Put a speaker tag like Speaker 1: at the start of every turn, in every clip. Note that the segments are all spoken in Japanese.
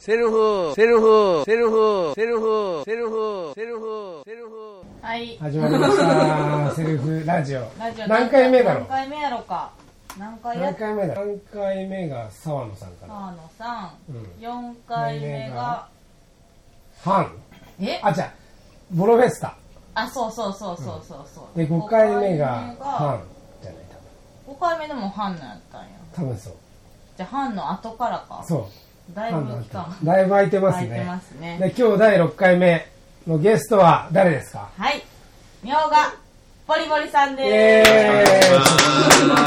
Speaker 1: セルフセルフセルフセルフセルフセルフセルフ
Speaker 2: はい。
Speaker 3: 始まりました。セルフラジオ。
Speaker 2: ラジオ
Speaker 3: 何回目だろ
Speaker 2: 何回目やろか。何回や
Speaker 3: 何
Speaker 2: っ
Speaker 3: 回目だ何回目が沢野さん
Speaker 2: た
Speaker 3: かな。
Speaker 2: のさ
Speaker 3: うん
Speaker 2: ん。4回目が。
Speaker 3: ファン。
Speaker 2: え
Speaker 3: あ、じゃあ、ボロフェスタ。
Speaker 2: あ、そうそうそうそうそうそう。
Speaker 3: で、5回目
Speaker 2: 5回
Speaker 3: がファ
Speaker 2: 目が
Speaker 3: ンじゃない、
Speaker 2: 5回目でもハンのやったんや。
Speaker 3: 多分。多分そう。
Speaker 2: じゃあハンの後からか。
Speaker 3: そう。
Speaker 2: だい
Speaker 3: ファン
Speaker 2: ぶ
Speaker 3: の
Speaker 2: 期間
Speaker 3: 後。だいぶ空いてます
Speaker 2: 空いて
Speaker 3: ね。
Speaker 2: ますね。
Speaker 3: で、今日第6回目のゲストは誰ですか
Speaker 2: はい。みょうが、ボリボリさん
Speaker 3: イ
Speaker 2: で
Speaker 3: エ
Speaker 2: す。
Speaker 3: ー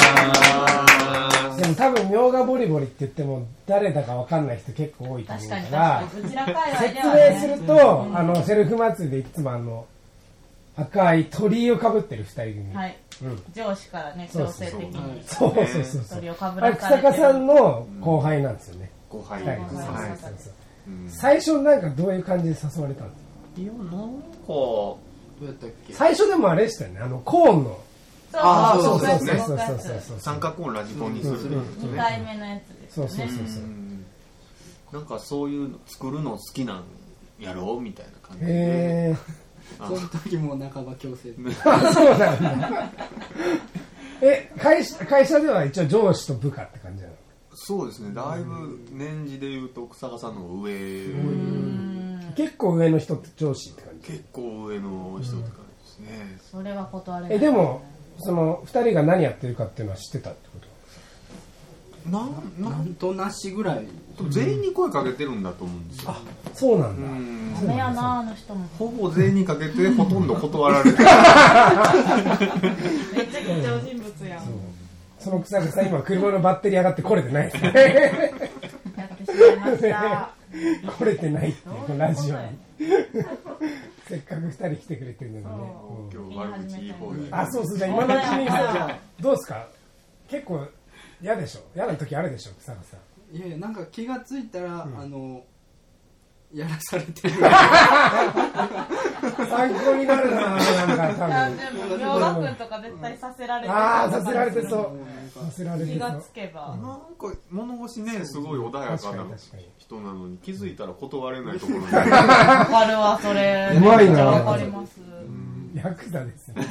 Speaker 3: イでも多分、みょうがボリボリって言っても、誰だかわかんない人結構多いと思
Speaker 2: 確
Speaker 3: うか
Speaker 2: かに確
Speaker 3: ら
Speaker 2: か、に。どちら界隈
Speaker 3: 説
Speaker 2: では
Speaker 3: 明す
Speaker 2: ね。
Speaker 3: ると、あのセルフ祭りでいつもあの赤い鳥居をかぶってる二人組、
Speaker 2: はい。
Speaker 3: うん、
Speaker 2: 上司からね、強制的に
Speaker 3: そうそうそうそう
Speaker 2: 鳥をかぶ
Speaker 3: あ
Speaker 2: ら
Speaker 3: れ
Speaker 2: され
Speaker 3: 草
Speaker 2: て
Speaker 3: 加
Speaker 2: る。
Speaker 3: さんの後輩なんですよね、
Speaker 4: 後輩
Speaker 3: 二
Speaker 4: で
Speaker 3: 人
Speaker 4: す
Speaker 3: 組
Speaker 2: はい
Speaker 3: そう
Speaker 2: は
Speaker 3: そ
Speaker 2: いう
Speaker 3: そう
Speaker 4: うん
Speaker 3: 最初なんかどういう感じで誘われたんですか
Speaker 4: いやなんかどうやったっけ
Speaker 3: 最初でもあれでしたよねあのコーンの
Speaker 2: そう
Speaker 4: あー
Speaker 2: そう
Speaker 4: そう
Speaker 2: そ
Speaker 4: そうう
Speaker 2: そう
Speaker 3: そうそうそうそう
Speaker 4: 三角音ラジコンにするってことです
Speaker 2: 2
Speaker 4: ね
Speaker 2: 回目のやつですね
Speaker 3: そうそうそうそう
Speaker 4: うんなんかそういうの作るの好きなんやろみたいな感じで
Speaker 3: へえ
Speaker 4: あ
Speaker 5: その時も半ば強制
Speaker 3: あ そうなんだえ会社会社では一応上司と部下って感じなの
Speaker 4: そうですねだいぶ年次でいうと草加さんの上
Speaker 3: 結構上の人って上司って感じ
Speaker 4: 結構上の人って感じですね
Speaker 2: それは断れない
Speaker 3: えでもその2人が何やってるかっていうのは知ってたってこと
Speaker 4: なんな
Speaker 5: なんんとなしぐらい
Speaker 4: 全員に声かけてるんだと思うんですよ
Speaker 3: そうなん
Speaker 4: う
Speaker 3: だ、
Speaker 4: ん
Speaker 2: ダメやなあの人も
Speaker 4: ほぼ全員にかけてほとんど断られて
Speaker 2: めっちゃ緊張人物やん
Speaker 3: その草草今車のバッテリー上がってこれてないで すね
Speaker 2: やってしまいました
Speaker 3: これてないっていうこのラジオに
Speaker 2: どういう
Speaker 3: せっかく2人来てくれてるのにね
Speaker 2: そ
Speaker 3: うん
Speaker 4: 今日悪口言い放題
Speaker 3: あそうそうじゃあ今のうちにさどうですか結構嫌でしょ嫌な時あるでしょ草草
Speaker 5: いやいやなんか気がついたら、あのやらされてる
Speaker 3: 参考になるななん
Speaker 2: い
Speaker 3: か多
Speaker 2: やで
Speaker 3: 分
Speaker 2: も明学君とか絶対させられてる
Speaker 3: ああさせられてそう
Speaker 5: もうなんか
Speaker 3: させられて
Speaker 2: 気
Speaker 3: そ
Speaker 2: が
Speaker 3: う
Speaker 2: つけば
Speaker 4: なんか物腰ねすごい穏や
Speaker 3: 確
Speaker 4: か
Speaker 3: か
Speaker 4: な
Speaker 3: に確かに
Speaker 4: 人なのに気づいたら断れないところ にあ
Speaker 2: わかるわそれ
Speaker 3: うまいな
Speaker 2: めっちゃわかります
Speaker 3: ヤクザですね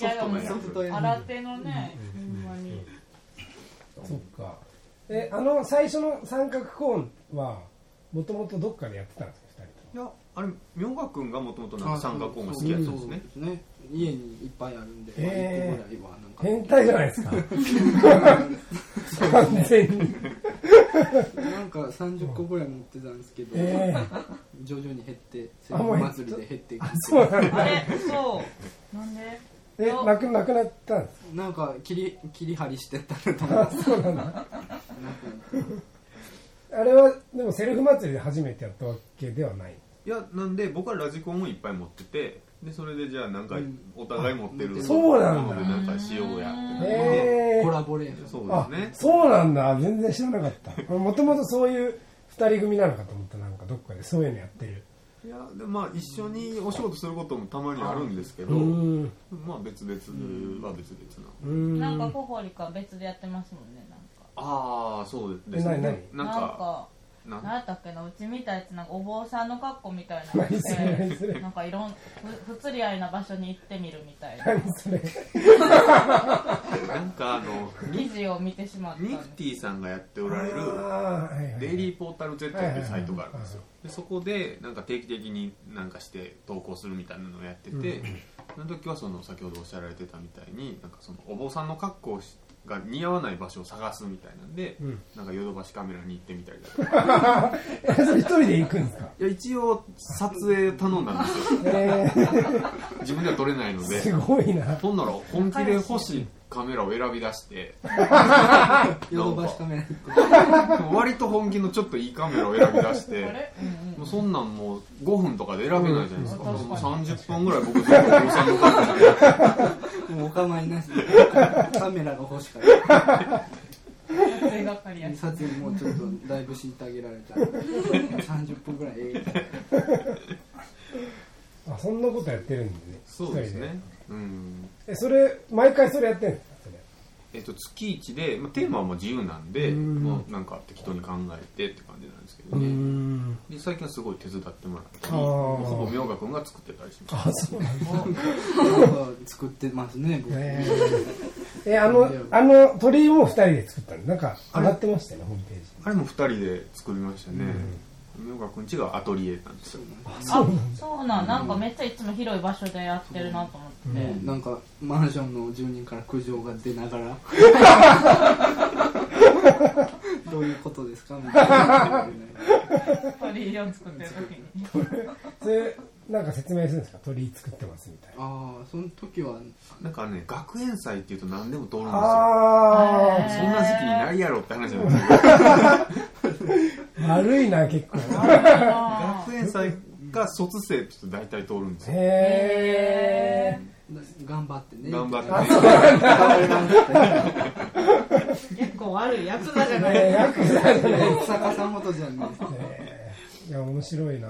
Speaker 2: いやでも
Speaker 5: ソフトエン
Speaker 2: 新手のねほんまに
Speaker 3: そっかえあの最初の三角コーンはもともとどっかでやってたんですか2人と
Speaker 4: いやあれ明賀君がもともとなんか三角音が好きやったんですね
Speaker 5: そうですね家にいっぱいあるんで、まあ
Speaker 3: えー
Speaker 5: 一個ぐらいはなんか
Speaker 3: 変態じゃないですか完全に
Speaker 5: なんか30個ぐらい持ってたんですけど、
Speaker 3: ええ
Speaker 5: 徐々に減ってセ
Speaker 3: あ
Speaker 5: ル
Speaker 3: もう
Speaker 5: フ祭りで減っていく
Speaker 3: そうなん
Speaker 2: あ
Speaker 3: だ
Speaker 2: れそうなんで
Speaker 3: えなくなくなったんです
Speaker 5: なんか切り切り張りしてったらと思って
Speaker 3: かそうなんだ
Speaker 5: なんか
Speaker 3: あれはでもセルフ祭りで初めてやったわけではない
Speaker 4: いやなんで僕はラジコンをいっぱい持っててでそれでじゃあなんか
Speaker 5: うん
Speaker 4: お互い持ってる
Speaker 3: そうなんだ
Speaker 4: でなんかしようやってなって
Speaker 3: え
Speaker 5: コ
Speaker 3: ー、
Speaker 5: ラボレーション
Speaker 4: そう
Speaker 3: あ
Speaker 4: ですね
Speaker 3: そうなんだ全然知らなかったもともとそういう2人組なのかと思ったなんかどっかでそういうのやってる
Speaker 4: いやでまあ一緒にお仕事することもたまにあるんですけ
Speaker 3: う
Speaker 4: ど
Speaker 3: ーん
Speaker 4: まあ別々は別々な
Speaker 3: うーん
Speaker 2: なんか小堀か別でやってますもんねなんか
Speaker 4: ああそうです
Speaker 3: え
Speaker 4: ね
Speaker 3: 何
Speaker 4: なんかなん
Speaker 2: 何やったっけなうちみたいなやつなんかお坊さんの格好みたいなの着
Speaker 3: 何それ
Speaker 2: て
Speaker 3: 何それ
Speaker 2: なんかいろんふ不釣り合いな場所に行ってみるみたいな
Speaker 3: 何それ
Speaker 4: なんかあの
Speaker 2: 記事を見てしまったんで
Speaker 4: ニフティさんがやってお
Speaker 3: あ
Speaker 4: られる
Speaker 3: ーはいはい
Speaker 4: デイリーポータル Z っていうサイトがあるんですよでそこでなんか定期的になんかして投稿するみたいなのをやってて、その時はその先ほどおっしゃられてたみたいになんかそのお坊さんの格好が似合わない場所を探すみたいなんで、
Speaker 3: うん
Speaker 4: なんかヨドバシカメラに行ってみたりだとか
Speaker 3: え それ一人で行くんですか
Speaker 4: いや一応撮影頼んだんですよ
Speaker 3: え
Speaker 4: 自分では撮れないの
Speaker 3: ー、
Speaker 4: です
Speaker 3: ごいな
Speaker 4: ほんなら本気で欲しいカメラを選び出して
Speaker 5: ヨドバシカメラ行って
Speaker 4: 割と本気のちょっといいカメラを選び出して
Speaker 2: あれ、うんうん
Speaker 4: もうそんなんもう5分とかで選べないじゃないですか、
Speaker 2: うん
Speaker 4: もう30分ぐらい僕ずっとお坊さんの格好で
Speaker 5: もうお構いなしでカメラが欲しかっ
Speaker 2: 撮影係や
Speaker 5: た
Speaker 2: し
Speaker 5: 撮影もうちょっとだいぶ虐げられた30分ぐらい映画
Speaker 3: あそんなことやってるんでね
Speaker 4: そうです
Speaker 3: 一人
Speaker 4: ね。うん。
Speaker 3: えそれ毎回それやってるんですかそれ
Speaker 4: ええっと、月1で、まあ、テーマはもう自由なんで、
Speaker 3: うん
Speaker 4: もうなんか適当に考えてって感じなんですけど
Speaker 3: う
Speaker 4: ね、
Speaker 3: ん
Speaker 4: で最近はすごい手伝ってもらったり
Speaker 3: あー
Speaker 4: ほぼ明賀君が作ってたりしま
Speaker 3: あ
Speaker 4: す
Speaker 3: そうなんだ
Speaker 5: 作ってますね僕
Speaker 3: ね ええあのあの鳥居も二人で作ったのなんか上がってましたよねホームページ
Speaker 4: あれも2人で作りましたね、明賀君家がアトリエなんですよ
Speaker 2: あそうなんなんかめっちゃいつも広い場所でやってるなと思って、
Speaker 5: ねなんかマンションの住人から苦情が出ながらどういうことですかみたいな
Speaker 2: 鳥居を作ってる時に
Speaker 3: それなんか説明するんですか鳥居作ってますみたいな
Speaker 5: ああその時は
Speaker 4: なんかね学園祭っていうと何でも通るんですよ
Speaker 3: あ
Speaker 4: そんな時期にないやろって話じゃないです
Speaker 3: あ悪いな結構
Speaker 2: あ
Speaker 4: 学園祭が卒生として大体通るんですよ
Speaker 3: へえ
Speaker 5: 頑張ってね
Speaker 4: 頑張って
Speaker 5: 頑
Speaker 4: ね
Speaker 5: 張れ頑張って
Speaker 2: ー結構悪いやつだじゃない
Speaker 3: えヤクザじゃない
Speaker 5: 小坂さんほどじゃない
Speaker 3: えーいや面白いな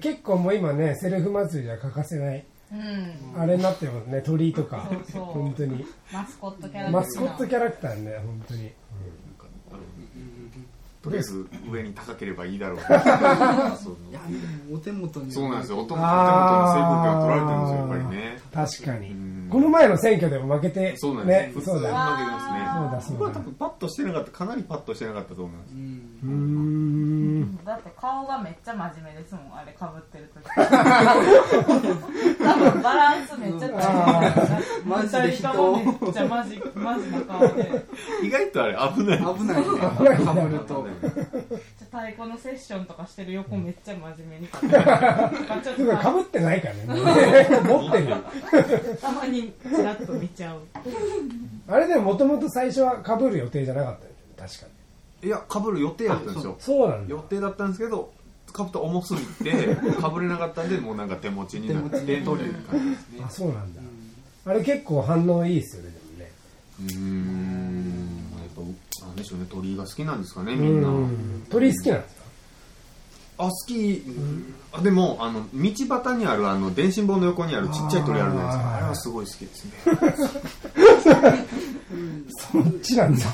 Speaker 3: 結構もう今ねセルフ祭りじゃ欠かせない
Speaker 2: うん
Speaker 3: あれになってますね鳥居とか
Speaker 2: そうそう
Speaker 3: 本当に
Speaker 2: マスコットキャラ
Speaker 3: マスコット
Speaker 2: キ
Speaker 3: キャラクターね本当に
Speaker 4: あの
Speaker 5: い
Speaker 4: とりあえず上に高ければいいだろうそう
Speaker 5: やでもお手元に
Speaker 4: そうなんですよお手元に制服権を取られてるんですよやっ
Speaker 3: あ
Speaker 4: ぱり
Speaker 3: ー
Speaker 4: ね
Speaker 3: 確かに
Speaker 4: うん
Speaker 3: この前の選挙でも負けて
Speaker 4: そうなんで
Speaker 3: ね
Speaker 4: す、ね、普通
Speaker 3: そ
Speaker 4: に負
Speaker 3: う
Speaker 4: けて
Speaker 3: だそう
Speaker 4: ま
Speaker 3: だ
Speaker 4: すね
Speaker 3: そうだ
Speaker 4: 僕は多分パッとしてなかったかなりパッとしてなかったと思います
Speaker 5: う、ん
Speaker 3: うーん
Speaker 2: だって顔がめっちゃ真面目ですもんあれかぶってる時多分バランスめっちゃ
Speaker 5: マジで
Speaker 2: 大
Speaker 5: 人
Speaker 2: 人ともめっちゃマジマジな顔でめっ
Speaker 4: 意外とあれ危ない
Speaker 5: 危ないね
Speaker 3: 危ない
Speaker 5: かぶる と
Speaker 2: ちゃ太鼓のセッションとかしてる横めっちゃ真面目にちょっと
Speaker 3: すごいかぶってないからね 持ってる
Speaker 2: たまにちらっと見ちゃう
Speaker 3: あれでももともと最初はかぶる予定じゃなかったよね確かに
Speaker 4: いやかぶる予定だったんですよ
Speaker 3: そうなんだ
Speaker 4: 予定だったんですけどかぶと重すぎてかぶれなかったんでもうなんか手持ちになって取れる感じですね
Speaker 3: あそうなんだあれ結構反応いいっすよねでもね
Speaker 4: うーんやっぱなんでしょうね鳥が好きなんですかねみんな
Speaker 3: うん鳥好きなんですか
Speaker 4: あ好き、あでもあの道端にあるあの電信棒の横にあるちっちゃい鳥あるじゃないです
Speaker 3: あ
Speaker 4: か
Speaker 3: ー
Speaker 4: あれはすごい好きですね
Speaker 3: そっちなんだ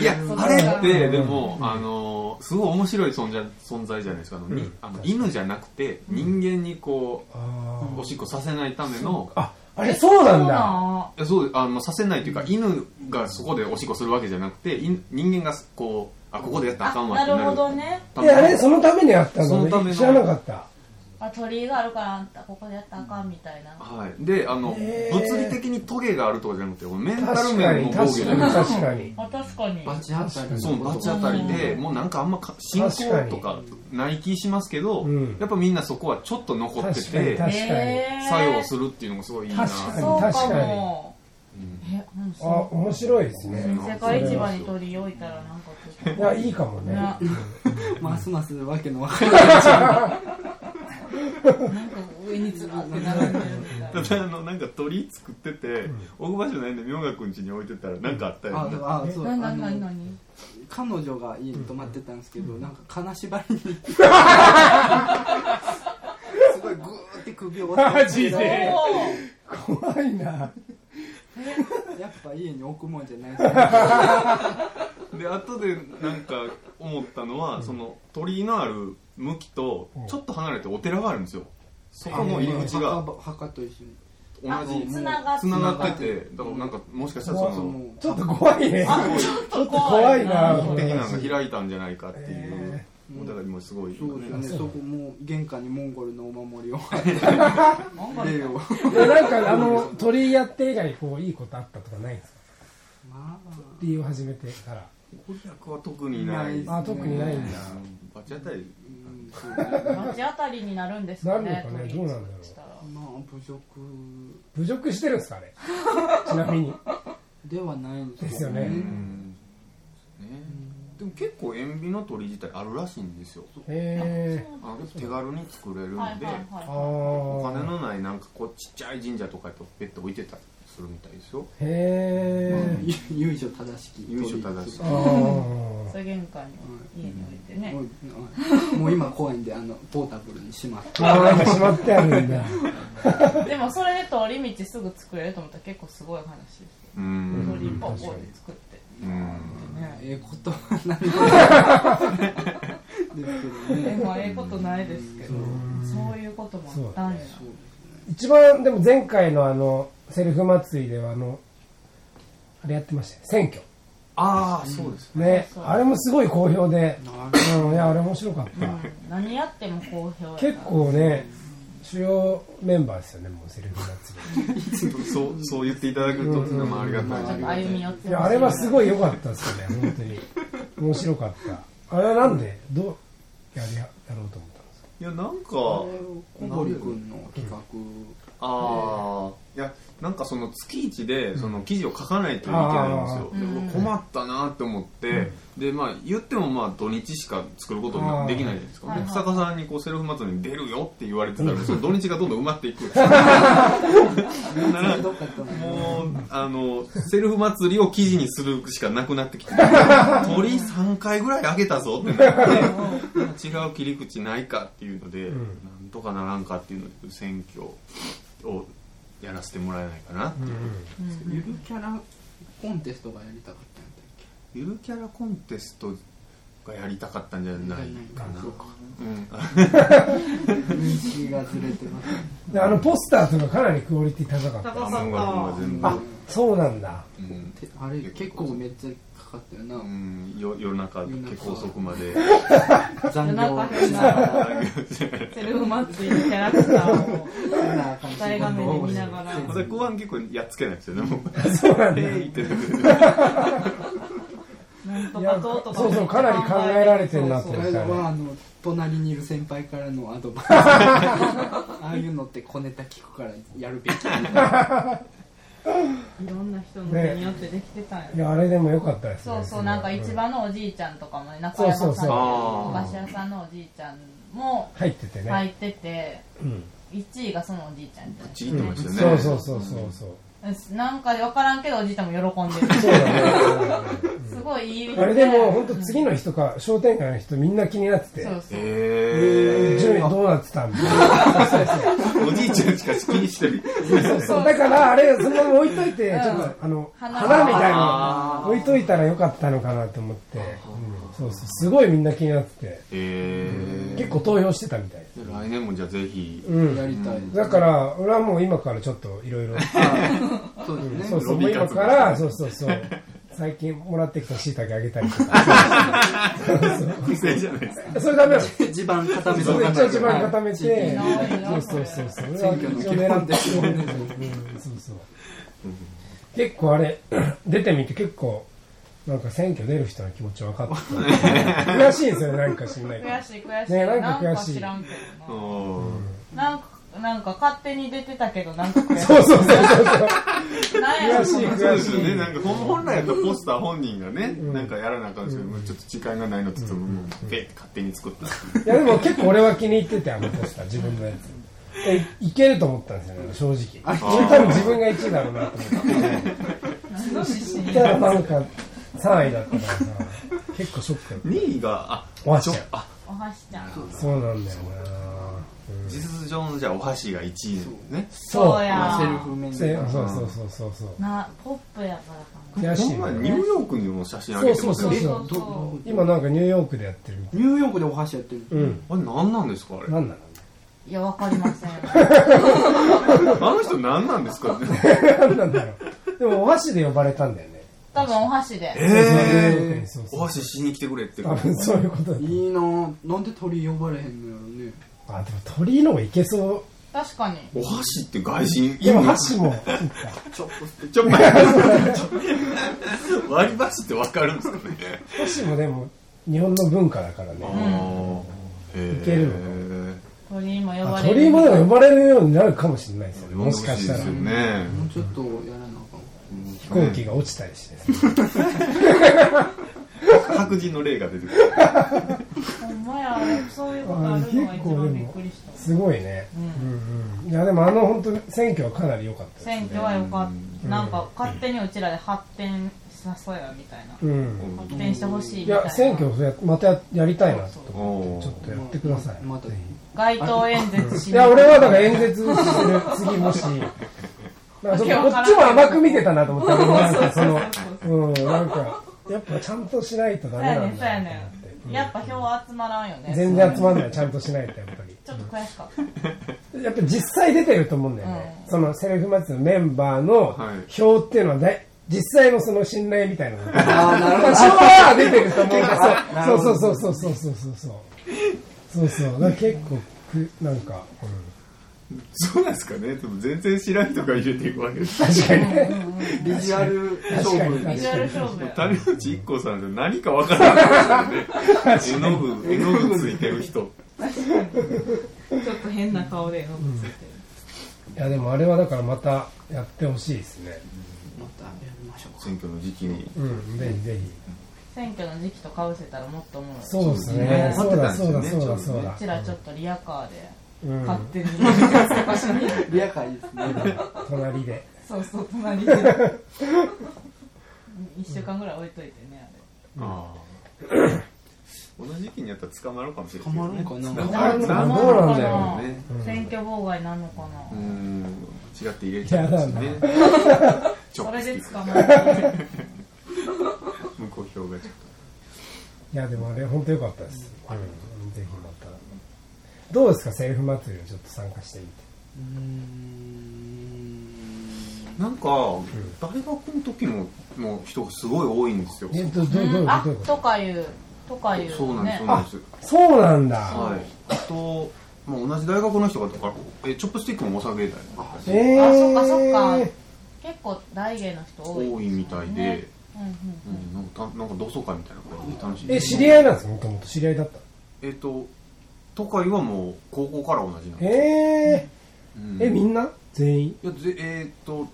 Speaker 4: いやあれってでもあのすごい面白い存在存在じゃないですかあの、に
Speaker 3: うん
Speaker 4: あの犬じゃなくて人間にこう、
Speaker 3: あ
Speaker 4: おしっこさせないための
Speaker 3: ああれそうなんだ
Speaker 2: だ
Speaker 4: いやそうあのさせないというか、犬がそこでおしっこするわけじゃなくてい人間がこうあここでやったらあかんわって
Speaker 2: な
Speaker 4: なる
Speaker 2: るほどね
Speaker 4: 多
Speaker 3: え
Speaker 4: 分
Speaker 3: あれそのためにあった
Speaker 4: そ
Speaker 3: の
Speaker 4: のための
Speaker 3: 知らなかった
Speaker 2: あ鳥居があるからあんたここでやったらあかんみたいな
Speaker 4: はい、であの
Speaker 3: へー
Speaker 4: 物理的にトゲがあるとかじゃなくてメンタル
Speaker 3: 確か
Speaker 4: 面
Speaker 3: に
Speaker 4: の防御
Speaker 3: 確
Speaker 4: じ
Speaker 3: か
Speaker 4: ゃ
Speaker 3: に
Speaker 4: なくて
Speaker 3: 確かに
Speaker 2: あ確かに
Speaker 5: バチ当たりの
Speaker 4: そう罰当たりでもうなんかあんまか進行とかない気しますけど、
Speaker 3: うん
Speaker 4: やっぱみんなそこはちょっと残っ
Speaker 3: 確
Speaker 4: て
Speaker 3: かに
Speaker 4: て
Speaker 3: 確かに
Speaker 2: えー
Speaker 4: 作用するっていうのがすごいいいな
Speaker 3: 確かに
Speaker 2: そうかもえなんか
Speaker 3: あ
Speaker 2: そう
Speaker 3: 面白いですね
Speaker 2: 世界市場に鳥居置いたらなんかちょっ
Speaker 3: いやいいかも
Speaker 2: と
Speaker 3: ね
Speaker 2: ね
Speaker 5: ますますわけのわからない
Speaker 2: なんか上にずらって並んでるみたい
Speaker 4: た
Speaker 2: な。
Speaker 4: だあのなんか鳥作ってて、置く場所ないんで明賀君家に置いてたらなんかあったよ、
Speaker 5: あ
Speaker 4: ね
Speaker 5: あそうあ
Speaker 2: 何何何
Speaker 5: の
Speaker 2: 何
Speaker 5: 彼女が家に泊まってたんですけど、なんか金縛 りにすごいグーって首を
Speaker 3: マ
Speaker 5: 割
Speaker 3: ジ
Speaker 5: って
Speaker 3: で
Speaker 2: お
Speaker 3: 怖いな
Speaker 5: やっぱ家に置くもんじゃないですね
Speaker 4: で後でなんか思ったのは、その鳥居のある向きとちょっと離れてお寺があるんですよそこの入り口が
Speaker 5: 墓場墓と一緒に
Speaker 4: 同
Speaker 2: あ
Speaker 4: じ
Speaker 2: つながっ
Speaker 4: つながっててだからなんかもしかしたらそ
Speaker 5: そ
Speaker 4: の
Speaker 5: の
Speaker 3: ちょっと怖いね
Speaker 2: ちょっと
Speaker 3: 怖いな
Speaker 4: 的なのが開いたんじゃないかっていう、もうだから今すごい、
Speaker 5: そうですね
Speaker 3: そう
Speaker 5: そこもう玄関にモンゴルのお 守りを
Speaker 2: モンゴル
Speaker 5: 礼を
Speaker 3: えなんかあの鳥居やって以来こういいことあったとかないんですか
Speaker 5: ま
Speaker 3: 鳥居を始めてから
Speaker 4: 攻略は特にない
Speaker 3: あ特にないんだ
Speaker 4: バチ当たり
Speaker 5: あうんそうね
Speaker 2: 町あたりになるんですかね。
Speaker 3: なるのかねどうなんだろう
Speaker 2: したら
Speaker 5: まあ侮辱
Speaker 3: 侮辱してるんですかあれちなみに
Speaker 5: ではないんです
Speaker 3: ですよね
Speaker 4: うんねでも結構塩ビの鳥自体あるらしいんですよ
Speaker 3: へえ
Speaker 4: あの手軽に作れるんで、
Speaker 2: はいはい
Speaker 3: あ
Speaker 2: は
Speaker 4: お金
Speaker 3: ー
Speaker 4: のないなんかこうちっちゃい神社とかやとペット置いてたりするみたいですよ
Speaker 3: へ え
Speaker 5: 由緒正しき
Speaker 4: 由緒正しき
Speaker 3: あ
Speaker 2: い。
Speaker 3: ー
Speaker 2: そう玄関に家に置いてね
Speaker 5: も。うもう今怖いんであのポータブルにしまって
Speaker 3: あーしまってあるんだ
Speaker 2: でもそれで通り道すぐ作れると思ったら結構すごい話です。
Speaker 4: う
Speaker 2: 踊り
Speaker 4: ん
Speaker 2: 一本棒で作って
Speaker 4: うん
Speaker 2: ね
Speaker 5: ええことはないですけど
Speaker 2: で
Speaker 5: ね
Speaker 2: もええことないですけどそういうこともあったんや
Speaker 5: そう
Speaker 3: 一番でも前回のあのセルフ祭りではあのあれやってましたよ選挙
Speaker 4: ああそうです
Speaker 3: ね
Speaker 2: そうそう
Speaker 3: あれもすごい好評で、
Speaker 5: なる
Speaker 3: うん、いやあれ面白かっ
Speaker 2: う
Speaker 3: た、
Speaker 2: ん何やっても好評やな
Speaker 3: 結構ね主要メンバーですよねもうセルフ祭
Speaker 4: そうそう言っていただけると
Speaker 3: うん
Speaker 4: まあありがたい
Speaker 2: ちょっと
Speaker 4: な
Speaker 2: 歩み寄って
Speaker 3: りいやあれはすご
Speaker 2: い
Speaker 3: い良かったですよね本当に面白かったあれはなんでどうやりややろうと思ったんですか
Speaker 4: いやなんか
Speaker 5: ほど小堀君の企画
Speaker 4: ああいやなんかその月一でその記事を書かないといけないんですよ、
Speaker 2: うん
Speaker 4: で
Speaker 2: うん
Speaker 4: 困ったなって思って、でまあ言ってもまあ土日しか作ることなできないじゃないですか、
Speaker 2: はい
Speaker 4: で
Speaker 2: はい
Speaker 4: 草加さんにこうセルフ祭りに出るよって言われてたら、その土日がどんどん埋まって いくなら
Speaker 5: どっかやったの
Speaker 4: もうあのセルフ祭りを記事にするしかなくなってきて 鳥3回ぐらいあげたぞってなって違う切り口ないかっていうので、
Speaker 3: うん
Speaker 4: なんとかならんかっていうので選挙をやらせてもらえないかなっていう、
Speaker 5: ゆるキャラコンテストがやりたかったんだっけ
Speaker 4: ゆるキャラコンテストがやりたかったんじゃないかな、
Speaker 5: そうか
Speaker 4: うん、あ
Speaker 5: 認識がずれてますね
Speaker 3: であのポスターとかかなりクオリティ高かった
Speaker 2: 高
Speaker 4: 漫画
Speaker 2: か
Speaker 4: は
Speaker 2: っ
Speaker 4: 全部
Speaker 3: あそうなんだ
Speaker 4: うん
Speaker 5: てあれ結構めっちゃかかったよな
Speaker 4: うん、よ夜中結構遅くまで
Speaker 2: た
Speaker 5: 残
Speaker 2: 夜
Speaker 5: 業
Speaker 2: 中変なセルフ祭りのキャラクターを
Speaker 5: 変な感じ
Speaker 2: 大画面で見ながら
Speaker 4: また後半結構やっつけないですよねもう
Speaker 3: そうなんだ
Speaker 4: えーいって
Speaker 2: なんと
Speaker 3: いや
Speaker 2: かどうとか
Speaker 3: そうそうかなり考えられてんなと
Speaker 5: そ
Speaker 3: 思
Speaker 5: れ
Speaker 3: った
Speaker 5: はあ
Speaker 3: ね
Speaker 5: の隣にいる先輩からのアド バイスああいうのって小ネタ聞くからやるべきみたいない
Speaker 2: ろんな人の手によってできてたんや
Speaker 3: いやあれでも良かったですね
Speaker 2: そうそうなんか市場のおじいちゃんとかもね中
Speaker 3: そう
Speaker 2: 山
Speaker 3: そう
Speaker 2: さ
Speaker 3: そ
Speaker 2: ん
Speaker 3: う
Speaker 2: お菓子屋さんのおじいちゃんも
Speaker 3: 入っててね、
Speaker 2: 入ってて
Speaker 3: うん
Speaker 2: 1位がそのおじいちゃんじゃない
Speaker 4: ちぎってましたよね、
Speaker 3: そうそうそうそうそう
Speaker 2: ですなんか分からんけどおじいちゃんも喜んでる
Speaker 3: そうだね
Speaker 2: すごいいい意味
Speaker 3: あれでも本当次の日とか商店街の人みんな気になってて
Speaker 2: そうそう
Speaker 4: えー、
Speaker 3: 順位どうなってたんだそうそう
Speaker 4: おじいちゃんしか気にしてる。
Speaker 3: そうそうだからあれそのまま置いといて
Speaker 2: うん
Speaker 3: ちょっとあの
Speaker 2: 花
Speaker 3: 花みたいな
Speaker 4: あ
Speaker 3: の置いといたらよかったのかなと思ってうんそうそうすごいみんな気になってて
Speaker 4: えー、
Speaker 3: 結構投票してたみたいです
Speaker 4: 来年もじゃあぜひ、
Speaker 3: うん
Speaker 5: やりたいです
Speaker 3: だから俺はもう今からちょっといろいろ
Speaker 5: そうですね
Speaker 3: そうそう
Speaker 4: ロ
Speaker 3: も
Speaker 4: ビ
Speaker 3: う
Speaker 4: ー
Speaker 3: 今
Speaker 4: 活動
Speaker 3: からそうそうそう最近もらってきた椎茸あげたりと か
Speaker 4: 不正じゃないですか。
Speaker 3: それダメなの
Speaker 5: 地盤固め
Speaker 3: そ
Speaker 5: と
Speaker 3: う
Speaker 5: か
Speaker 3: 一応地盤固めて、
Speaker 2: はい
Speaker 3: そうそうそうそう、
Speaker 5: 選挙の基本ですよね
Speaker 3: うんそうそう結構あれ 出てみて結構なんか選挙出る人の気持ち分か った悔しいんですよなんか知んないけど
Speaker 2: 悔しい悔しい、
Speaker 3: ね
Speaker 2: なん
Speaker 3: なんか
Speaker 2: か
Speaker 3: 悔しい
Speaker 2: 知らんけ
Speaker 4: う
Speaker 2: どな、
Speaker 4: ん
Speaker 2: なんかなんか勝手に出てたけどなんか悔し
Speaker 3: そうそうそうそうそう
Speaker 2: いなんやろ
Speaker 3: 悔しい
Speaker 4: そう
Speaker 3: 悔
Speaker 4: で
Speaker 3: し
Speaker 4: す
Speaker 3: い
Speaker 4: よね。なんか本本来やったらポスター本人がね、なんかやらなあかんですけど、ちょっと時間がないのって言っても、ペッて勝手に作った。
Speaker 3: いやでも結構俺は気に入っててあのポスター自分のやつえいけると思ったんですよね正直これ多分自分が1位だろうなと思って
Speaker 2: 何の自信
Speaker 3: いたらなんか3位だったからさ結構ショックだっ
Speaker 4: 2位が、あ、
Speaker 3: たお箸
Speaker 4: ちょあ
Speaker 2: おはしちゃん
Speaker 3: そうなんだよなうん
Speaker 4: 事実上のじゃあお箸が1位ね。
Speaker 2: そう
Speaker 5: まあ
Speaker 2: や
Speaker 5: セルフメニ
Speaker 3: せ
Speaker 5: ュー
Speaker 3: そうそうそうそうそう
Speaker 2: なポップやからかな
Speaker 3: 悔しい
Speaker 4: この
Speaker 3: な
Speaker 4: 前ニューヨークにも写真あげてま
Speaker 3: そ
Speaker 4: すよ
Speaker 3: う
Speaker 4: ね。
Speaker 3: そう
Speaker 2: そう
Speaker 3: 今なんかニューヨークでやってるみたい
Speaker 5: ニューヨークでお箸やってる
Speaker 3: うん
Speaker 4: あれ何なんですかあれ。
Speaker 3: 何なの
Speaker 2: いやわかりま せん
Speaker 4: あの人何なんですかね。
Speaker 3: 何なんだろうでもお箸で呼ばれたんだよね
Speaker 2: 多分お箸で
Speaker 4: え
Speaker 3: そう
Speaker 4: ー、
Speaker 3: そう
Speaker 4: お箸しに来てくれって。
Speaker 3: 多分そういうことだ
Speaker 5: いいなぁなんで鳥呼ばれへんのやろね
Speaker 3: あでも鳥居の方がいけそ
Speaker 2: 確かに
Speaker 4: お箸って外人
Speaker 3: うでも箸もそっか
Speaker 5: ちょっと
Speaker 4: ちょっと待って割り箸ってわかるんですかね。
Speaker 3: 箸もでも日本の文化だからね
Speaker 4: い
Speaker 3: いけるの
Speaker 2: 鳥居も呼ば
Speaker 3: あ
Speaker 2: れる
Speaker 3: 鳥居もでも呼ばれるようになるかもしれないですよね
Speaker 4: も
Speaker 3: も
Speaker 4: し
Speaker 3: し
Speaker 4: か
Speaker 3: か
Speaker 4: し
Speaker 3: したた
Speaker 4: ら
Speaker 3: ら
Speaker 4: ね。
Speaker 5: もうちょっとやらなあかん
Speaker 3: 飛行機が落ちたりして
Speaker 4: 白人の例が出てくる。
Speaker 2: ほんまやそういうことあるのが一番びっくりした
Speaker 3: すごいねうんうんいやでもあの本当選挙はかなり良かったです
Speaker 2: 選挙はよかったなんか勝手にうちらで発展さそうやみたいな
Speaker 3: うん
Speaker 2: 発展してほしいみ
Speaker 3: い
Speaker 2: たいな
Speaker 3: や選挙をやまたややりたいなと思
Speaker 4: お
Speaker 3: ってちょっとやってください、
Speaker 5: また
Speaker 3: ぜひ
Speaker 2: 街頭演説し
Speaker 3: い
Speaker 2: に
Speaker 3: や俺はだから演説する次もしなんかちょっとこっちも甘く見てたなと思ったけど、な ん
Speaker 2: そう
Speaker 3: かそ
Speaker 2: そう
Speaker 3: の
Speaker 2: そう、そう
Speaker 3: うん、なんか、やっぱちゃんとしないとダ
Speaker 2: そう
Speaker 3: メ
Speaker 2: や
Speaker 3: な
Speaker 2: ねん
Speaker 3: ん
Speaker 2: そうや
Speaker 3: だな
Speaker 2: ね
Speaker 3: って
Speaker 2: んやっぱ票集まらんよね
Speaker 3: 全然集まんない、ちゃんとしないとやっぱり。
Speaker 2: ちょっと悔しかった
Speaker 3: やっぱ実際出てると思うんだよね。
Speaker 2: う
Speaker 3: そのセルフ祭りのメンバーの
Speaker 4: はい
Speaker 3: 票っていうのはだい、実際のその信頼みたいなの が。
Speaker 5: ああ、なるほ
Speaker 3: 多
Speaker 5: ど。
Speaker 3: 少は出てると思うん
Speaker 5: なる
Speaker 3: だ
Speaker 5: ほ
Speaker 3: そ
Speaker 5: ど
Speaker 3: うそうそうそうそうそうそう。そうそう。だから結構く、なんか、うん
Speaker 4: そうなんですかねでも全然知らん人が入れていくわけです
Speaker 3: 確かにね。
Speaker 5: ビジュアル勝負。
Speaker 2: ビジュアル勝負や
Speaker 4: 谷口一行さんって何かわからないですよね絵の具絵の具ついてる
Speaker 2: ち
Speaker 4: 人
Speaker 2: ょっと変な顔でのぶついてる
Speaker 3: いや、でもあれはだからまたやってほしいですね。
Speaker 5: またやりましょうか。
Speaker 4: 選挙の時期に
Speaker 3: うん、ぜひぜひ。
Speaker 2: 選挙の時期とかぶせたらもっと思うよ
Speaker 3: そうですね
Speaker 4: ね。
Speaker 3: そうだ
Speaker 4: 待
Speaker 3: そ
Speaker 4: っ
Speaker 3: う
Speaker 4: てた
Speaker 3: だ
Speaker 4: んです
Speaker 3: そ
Speaker 4: よね
Speaker 3: うだそうだ
Speaker 2: うち。らちょっとリアカーで
Speaker 3: うん、
Speaker 2: 勝手に 突っ走りに
Speaker 5: リアカーいい ですね。
Speaker 3: 隣で。
Speaker 2: そうそう隣 で1週間ぐらい置いといてね
Speaker 4: ああ同じ時期にやったら捕まるかもしれないです
Speaker 5: 捕ま
Speaker 4: け
Speaker 5: る
Speaker 4: ど
Speaker 5: ん
Speaker 4: ね
Speaker 5: かな
Speaker 4: あれ
Speaker 3: 捕まるんかな
Speaker 4: 捕まるん
Speaker 3: どうなんだろ
Speaker 4: だよね
Speaker 2: あれ選挙妨害なのか
Speaker 4: う
Speaker 2: な
Speaker 4: ーん違って入れちゃうんで すねちょ
Speaker 2: そ
Speaker 4: っ
Speaker 2: れで
Speaker 4: と
Speaker 2: 捕まえる
Speaker 4: 無効票がちょっ
Speaker 3: いや、でもあれ、本当良かったです。うん、ぜひまた。どうですか、セルフ祭りをちょっと参加してみて。
Speaker 5: うーん
Speaker 4: となんか大学の時もの人がすごい多いんですよ
Speaker 3: えっと、どう、どう、どう
Speaker 2: あ
Speaker 3: いうこと
Speaker 2: かいうとかいう
Speaker 4: そうなんで
Speaker 2: ね
Speaker 4: すそうなんです
Speaker 3: とそうなんだ。
Speaker 4: はいあとまあ同じ大学の人がとかえチョップスティックもお酒だよ
Speaker 3: え
Speaker 4: ね
Speaker 3: ー
Speaker 2: あそっかそっか結構大芸の人多い
Speaker 4: 多いみたい
Speaker 2: ね
Speaker 4: で
Speaker 2: うんうん
Speaker 4: うんなんかたなんか同窓会みたいな感じで楽しい
Speaker 3: え、知り合いなんですかもともと知り合いだった。
Speaker 4: えっと都会はもう高校から同じなんで
Speaker 3: え
Speaker 4: うん
Speaker 3: ー、え、みんな全員
Speaker 4: いやぜえーっと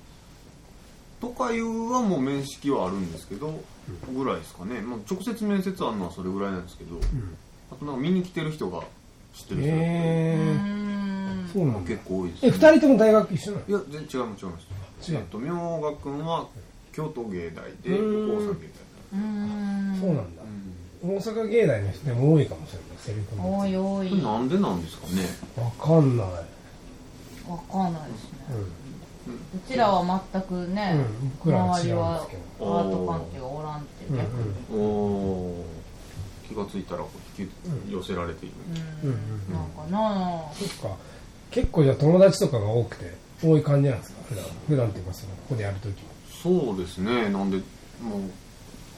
Speaker 4: とかいうはもう面識はあるんですけどぐらいですかね、まあ、直接面接あるのはそれぐらいなんですけど、あとなんか見に来てる人が知ってる人だって
Speaker 2: う
Speaker 3: えー、
Speaker 2: ん
Speaker 3: そうなんだ。
Speaker 4: 結構多いで
Speaker 3: え、
Speaker 4: す、ね、
Speaker 3: 二人とも大学一緒なの
Speaker 4: いや全然違います違います
Speaker 3: 違う
Speaker 4: えっと明賀君は京都芸大で
Speaker 3: うん
Speaker 4: 高三芸
Speaker 2: う
Speaker 3: そうんなんだ
Speaker 4: 大。
Speaker 3: 大阪芸大の人でも多いかもしれない、セルフ
Speaker 2: 多
Speaker 3: 祭
Speaker 2: い
Speaker 3: り。
Speaker 2: 多い
Speaker 4: これなんでなんですかね
Speaker 3: わかんない。
Speaker 2: わかんないですね
Speaker 3: うん。
Speaker 2: うちらは全くね、
Speaker 3: うん僕らは
Speaker 2: 周
Speaker 3: 違
Speaker 2: り
Speaker 3: うんで
Speaker 2: は
Speaker 3: すけ
Speaker 2: アート関係がおらんっていう
Speaker 3: うんう
Speaker 2: ね、
Speaker 3: ん。
Speaker 4: おおー気がついたら引き寄せられている、
Speaker 2: うん
Speaker 3: うんうん
Speaker 2: なんかなあ
Speaker 3: そっか結構じゃあ友達とかが多くて多い感じなんですか普段普段っていうかそのここでやるときも
Speaker 4: そうですねなんでもう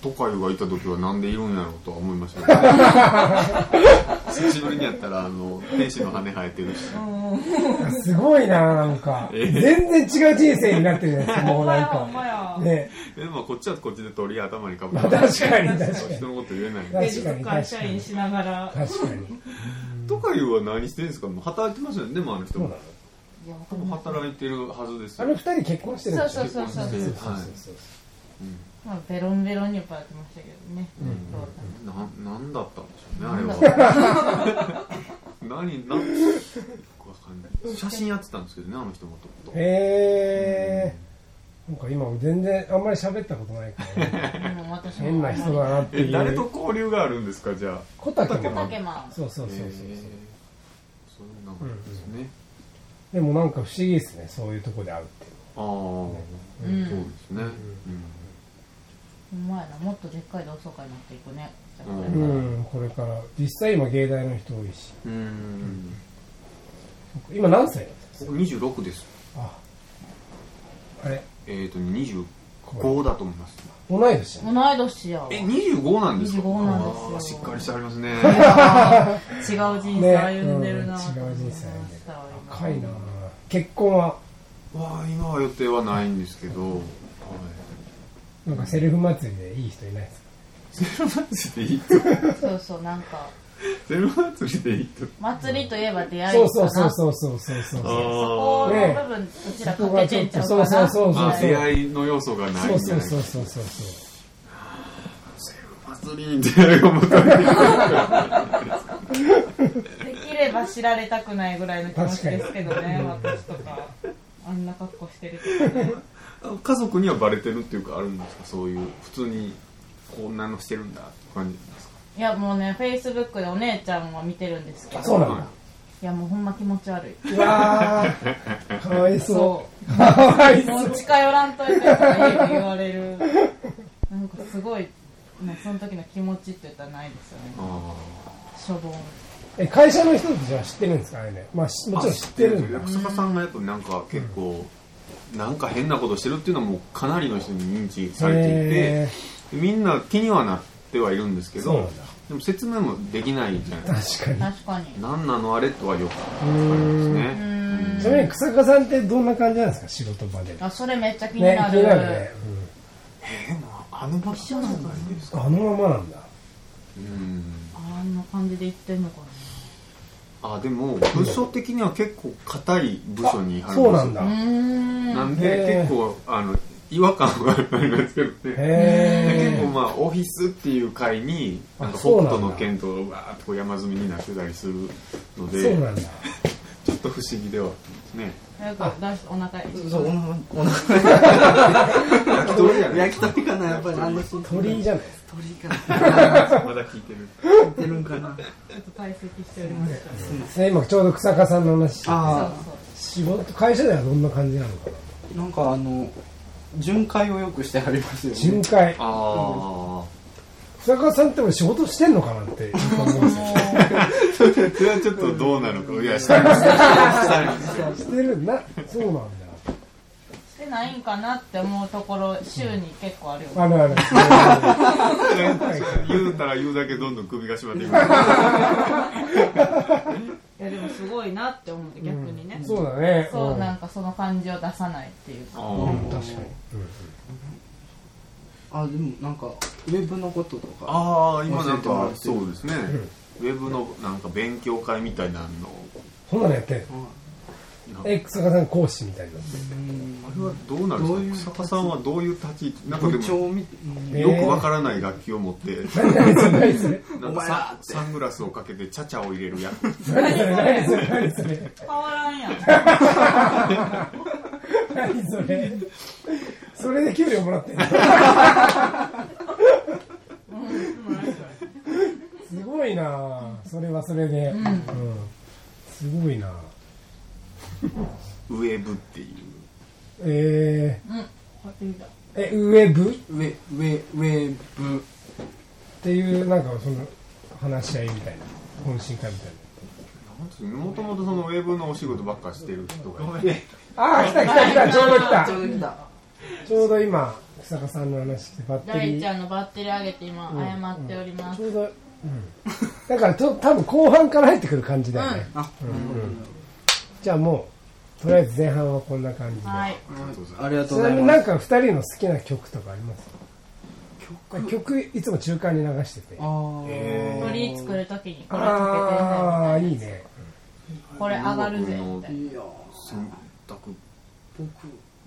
Speaker 4: 都会がいた時はなんでいるんやろうとは思いましたけど久しぶりにやったらあの天使の羽生えてるし
Speaker 3: あすごいななんか
Speaker 4: ええ
Speaker 3: 全然違う人生になってるじゃないですかも
Speaker 2: お
Speaker 3: うな
Speaker 2: 前
Speaker 3: ん
Speaker 2: やお前
Speaker 3: か
Speaker 2: や、
Speaker 3: ね
Speaker 4: でもこっちはこっちで鳥頭にかぶ
Speaker 3: まあ
Speaker 4: って
Speaker 3: 確 かに確かに
Speaker 4: 人のこと言えないん
Speaker 3: 確かに
Speaker 4: で
Speaker 2: 芸術館社員しながら
Speaker 3: 確かに
Speaker 4: 都会は何してるんですかもう働いてますよねでもあの人
Speaker 3: そうな
Speaker 4: も
Speaker 3: の
Speaker 2: いやわか
Speaker 4: 多
Speaker 2: ん
Speaker 4: 分
Speaker 2: ない
Speaker 4: 働いてるはずです
Speaker 3: あ
Speaker 4: よ
Speaker 3: の二人結婚してるんでしょ
Speaker 2: そうそうそうそう
Speaker 3: そうそう
Speaker 4: は
Speaker 3: そ
Speaker 4: い
Speaker 3: う
Speaker 2: まあベロンベロンにいっぱいやってましたけどね、そう
Speaker 4: ななんだったんでしょうねあれは何なんよくわかんない写真やってたんですけどねあの人もともと
Speaker 3: へえー、なんか今も全然あんまり喋ったことないから、ね、
Speaker 2: だねでも私も
Speaker 3: 変な人だなって
Speaker 4: え
Speaker 3: い
Speaker 4: 誰と
Speaker 3: う
Speaker 4: 交流があるんですかじゃあ
Speaker 3: 小竹も
Speaker 2: 竹マン
Speaker 3: そうそうそうそうそう、
Speaker 4: そういうのなんですね、
Speaker 3: でもなんか不思議ですねそういうとこで会うっていう
Speaker 4: ああ、
Speaker 2: う
Speaker 4: そうで
Speaker 2: ん
Speaker 4: すね、
Speaker 2: ほんまやなもっとでっかい同窓会になっていくねじゃあこれ
Speaker 4: う
Speaker 2: から
Speaker 4: ん
Speaker 3: うん、これから実際今芸大の人多いし
Speaker 4: うん、うん、
Speaker 3: 今何歳なんですか
Speaker 4: ここ26です
Speaker 3: ああれ
Speaker 4: えっ、ー、と25だと思います
Speaker 3: 同い年だね
Speaker 2: 同い年やわ
Speaker 4: え25なんですか
Speaker 2: 25なんですよ
Speaker 4: あーしっかりしてありますね
Speaker 2: いやー違う人生歩んでるなと思いました
Speaker 3: ねうん違う人生
Speaker 2: 今
Speaker 3: 若いな結婚は
Speaker 4: わあ今は予定はないんですけど、 はい、
Speaker 3: なんかセルフ祭りでいい人いないですか
Speaker 4: セルフ祭りでいい
Speaker 2: そうそうなんか
Speaker 4: セルフ祭りでいいと
Speaker 2: 祭りといえば出会いか
Speaker 3: そ
Speaker 2: な
Speaker 3: うそうそうそうそうそうそう
Speaker 4: あ
Speaker 2: そこの
Speaker 3: そう
Speaker 2: 部分、うちら
Speaker 3: そこ
Speaker 2: 勝
Speaker 3: が
Speaker 2: て
Speaker 3: ちょ
Speaker 2: て
Speaker 3: っ
Speaker 2: んちゃ
Speaker 3: と
Speaker 2: う
Speaker 3: そう
Speaker 2: か
Speaker 3: そう
Speaker 2: な。
Speaker 3: そう
Speaker 4: ま
Speaker 3: そう
Speaker 4: あ
Speaker 3: そう
Speaker 4: 出会いの要素がない
Speaker 3: そ
Speaker 4: ん
Speaker 3: う
Speaker 4: じゃ
Speaker 3: そ
Speaker 4: な
Speaker 3: うそう
Speaker 4: い
Speaker 3: そうそうそう
Speaker 4: 祭りに出会いが求める
Speaker 2: できれば知られたくないぐらいの気持ちですけどね、私とか。あんな格好してるけどね。
Speaker 4: 家族にはバレてるっていうかあるんですかそういう普通にこんなのしてるんだって感じなんですか
Speaker 2: いや、もうね、Facebook でお姉ちゃんは見てるんですけど、
Speaker 3: そうなんだ
Speaker 2: いやもうほんま気持ち悪い。
Speaker 3: うわーかわいそ。
Speaker 2: そう。
Speaker 3: かわいう
Speaker 2: も
Speaker 3: そう
Speaker 2: う。近寄らんといてとか家で言われる。なんかすごい、もうその時の気持ちって言ったらないですよね。
Speaker 4: あ
Speaker 2: しょぼん。
Speaker 3: え、会社の人ってじゃあ知ってるんですかあれね。まあ、し
Speaker 4: ー
Speaker 3: もちろん知ってるんだ
Speaker 4: あ。知ってる薬坂さんがやっぱなんか結構、なんか変なことしてるっていうのはもうかなりの人に認知されていて
Speaker 3: へ
Speaker 4: でみんな気にはなってはいるんですけ
Speaker 3: ーそうな
Speaker 4: ど
Speaker 3: んだ。
Speaker 4: でも説明もできないじゃない
Speaker 3: 確かに。
Speaker 2: 確かに。
Speaker 4: 何なのあれとはよ
Speaker 3: う
Speaker 4: くあります
Speaker 3: ーん。
Speaker 2: う
Speaker 4: ね
Speaker 2: ーん。
Speaker 3: ちなみに、草加さんってどんな感じなんですか仕事場で。ね、
Speaker 2: あ、それめっちゃ気
Speaker 3: 気
Speaker 2: になる。
Speaker 3: になるね。
Speaker 4: えでもあの場所なんじゃないです
Speaker 3: うん
Speaker 4: か
Speaker 3: あのままなんだ。
Speaker 4: うん
Speaker 2: あんな感じで言ってんのか
Speaker 4: あでも部署的には結構硬い部署に入る
Speaker 3: そうなん
Speaker 2: な。
Speaker 3: だ
Speaker 2: う。ーん。
Speaker 4: なん
Speaker 3: へ
Speaker 4: で
Speaker 3: ー
Speaker 4: 結構あの違和感がありますけどね
Speaker 3: へ
Speaker 4: 結構
Speaker 3: ー
Speaker 4: まあオフィスっていう会になんか
Speaker 3: あ
Speaker 4: 北
Speaker 3: そうなんだ
Speaker 4: 斗の剣とわーっとこう山積みになってたりするので
Speaker 3: そうなんだ。
Speaker 4: ちょっと不思議ではね
Speaker 2: 早く出してお腹いっ
Speaker 5: そうお腹お腹
Speaker 4: 焼き鳥やね
Speaker 5: 焼き鳥かなやっぱりあの人
Speaker 3: 鳥じゃないですか。
Speaker 5: 鳥か
Speaker 4: まだ聞いてる
Speaker 5: な似てるんか な
Speaker 2: ちょっと退席しておりました。
Speaker 3: ね今ちょうど草加さんの話してて
Speaker 5: あ
Speaker 2: そう
Speaker 3: 仕事、会社ではどんな感じなのかな
Speaker 5: あなんかあの巡回をよくしてはりますよ
Speaker 3: 巡
Speaker 5: ね
Speaker 3: 回。
Speaker 4: あ
Speaker 3: 草加さんって俺仕事してんのかなって今思うんですよ。
Speaker 4: あそれはちょっとどうなのかいやしたいですしたいです
Speaker 3: してるな。そうなんだ。
Speaker 2: してないんかなって思うところ週に結構あるよ、ね
Speaker 3: ある ある。
Speaker 4: 言うたら言うだけどんどん首が絞まっていく
Speaker 2: いやでもすごいなって思って逆にね、
Speaker 3: そうだね。
Speaker 2: そうんなんかその感じを出さないっていうか
Speaker 3: うん
Speaker 4: あ
Speaker 3: 確かに。
Speaker 5: あでもなんかウェブのこととか
Speaker 4: あー今なん
Speaker 5: 教えてもら
Speaker 4: か
Speaker 5: って
Speaker 4: そうですねウェブのなんか勉強会みたいなの
Speaker 3: そんなのやってんの
Speaker 4: なんか
Speaker 3: え、草加さん講師みたいな。
Speaker 5: うん
Speaker 4: あれはどうなるんですか
Speaker 5: どういう
Speaker 4: 草加さんはどういう立ち位置なんかで
Speaker 5: 部
Speaker 4: も
Speaker 5: 長みた
Speaker 3: え
Speaker 5: い
Speaker 4: よくわからない楽器を持って、
Speaker 3: 何それ何それ
Speaker 4: なんかさサングラスをかけてチャチャを入れる やつ。
Speaker 3: 何それ何それ何それ
Speaker 2: 変わらんやん
Speaker 3: 何それそれで給料もらってんのすごいなあそれはそれで。うん。すごいなあ
Speaker 4: ウェブっていう。
Speaker 3: え
Speaker 2: うんやってみた
Speaker 3: ー、え、ウェブっ
Speaker 5: ウェウェウェブ
Speaker 3: ていう、なんかその、話し合いみたいな。懇親会みたいな。
Speaker 4: もともとそのウェブのお仕事ばっかしてる人がいて、
Speaker 3: あー、来た来た来た、ちょうど来た。
Speaker 5: 来た
Speaker 3: ちょうど今、草加さんの話してバッテ
Speaker 2: 大
Speaker 3: リ
Speaker 2: ちゃ
Speaker 3: ー。
Speaker 2: んのバッテリー上げて今謝っております、
Speaker 3: ちょうど、うん。だからちょ、多分後半から入ってくる感じだよね。
Speaker 5: あ
Speaker 3: じゃあもう、とりあえず前半はこんな感じで。
Speaker 2: はい
Speaker 4: ありがとうござい
Speaker 5: ありがと
Speaker 3: ち
Speaker 5: うご
Speaker 3: な
Speaker 5: ざ
Speaker 3: み
Speaker 5: い
Speaker 3: に
Speaker 5: ま
Speaker 3: な
Speaker 5: す
Speaker 3: んか二人の好きな曲とかあります曲曲いつも中間に流してて。
Speaker 5: あー
Speaker 4: え
Speaker 2: 鳥作る時にこれ
Speaker 3: あ
Speaker 2: か
Speaker 3: あ
Speaker 2: けてね
Speaker 3: いいね。
Speaker 2: これ上がるぜみたいない
Speaker 5: やー
Speaker 4: ます。選択、
Speaker 5: 僕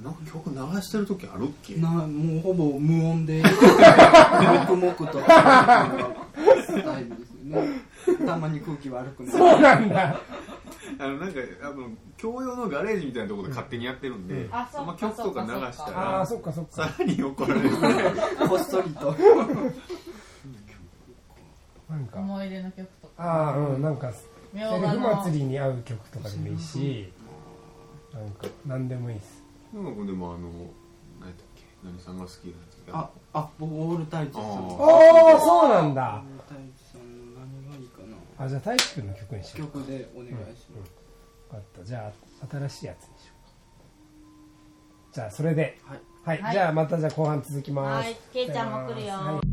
Speaker 4: なんか曲流してる時あるっけ
Speaker 5: なもうほぼ無音で黙々とスタイルですよねたまに空気悪くなる
Speaker 3: そうなんだ。
Speaker 4: あの、なんか、あの、共用のガレージみたいなところで勝手にやってるんで、
Speaker 2: あそっか
Speaker 4: んま曲とか流し
Speaker 2: そ
Speaker 4: た
Speaker 2: っ
Speaker 3: ああ、
Speaker 4: ら、
Speaker 3: そっかそっか。
Speaker 4: さらに怒られる。
Speaker 5: こっそりと
Speaker 3: なんか、
Speaker 2: 思い出の曲とか
Speaker 3: ああ、うん、なんか、
Speaker 2: み
Speaker 3: セ
Speaker 2: ょう
Speaker 3: ル
Speaker 2: が
Speaker 3: フ
Speaker 2: の
Speaker 3: 祭りに合う曲とかでもいいし、なんか、なんでもいいです。
Speaker 4: なんかでもあの、何やったっけ何さんが好きなんですけど、
Speaker 5: ああ僕オールタイツさん
Speaker 4: あー
Speaker 5: オ
Speaker 3: あ
Speaker 5: ール
Speaker 3: あ、そうなんだ。
Speaker 5: タイツさんの何がいいかな
Speaker 3: あ、じゃあ、大輝くんの曲にしよう。
Speaker 5: 曲でお願いします、
Speaker 3: 分かったじゃあ新しいやつにしようかじゃあそれで
Speaker 5: はい
Speaker 3: はい、
Speaker 2: はい
Speaker 3: じゃあまたじゃあ後半続きます
Speaker 2: はいけいちゃんも来るよ
Speaker 3: はい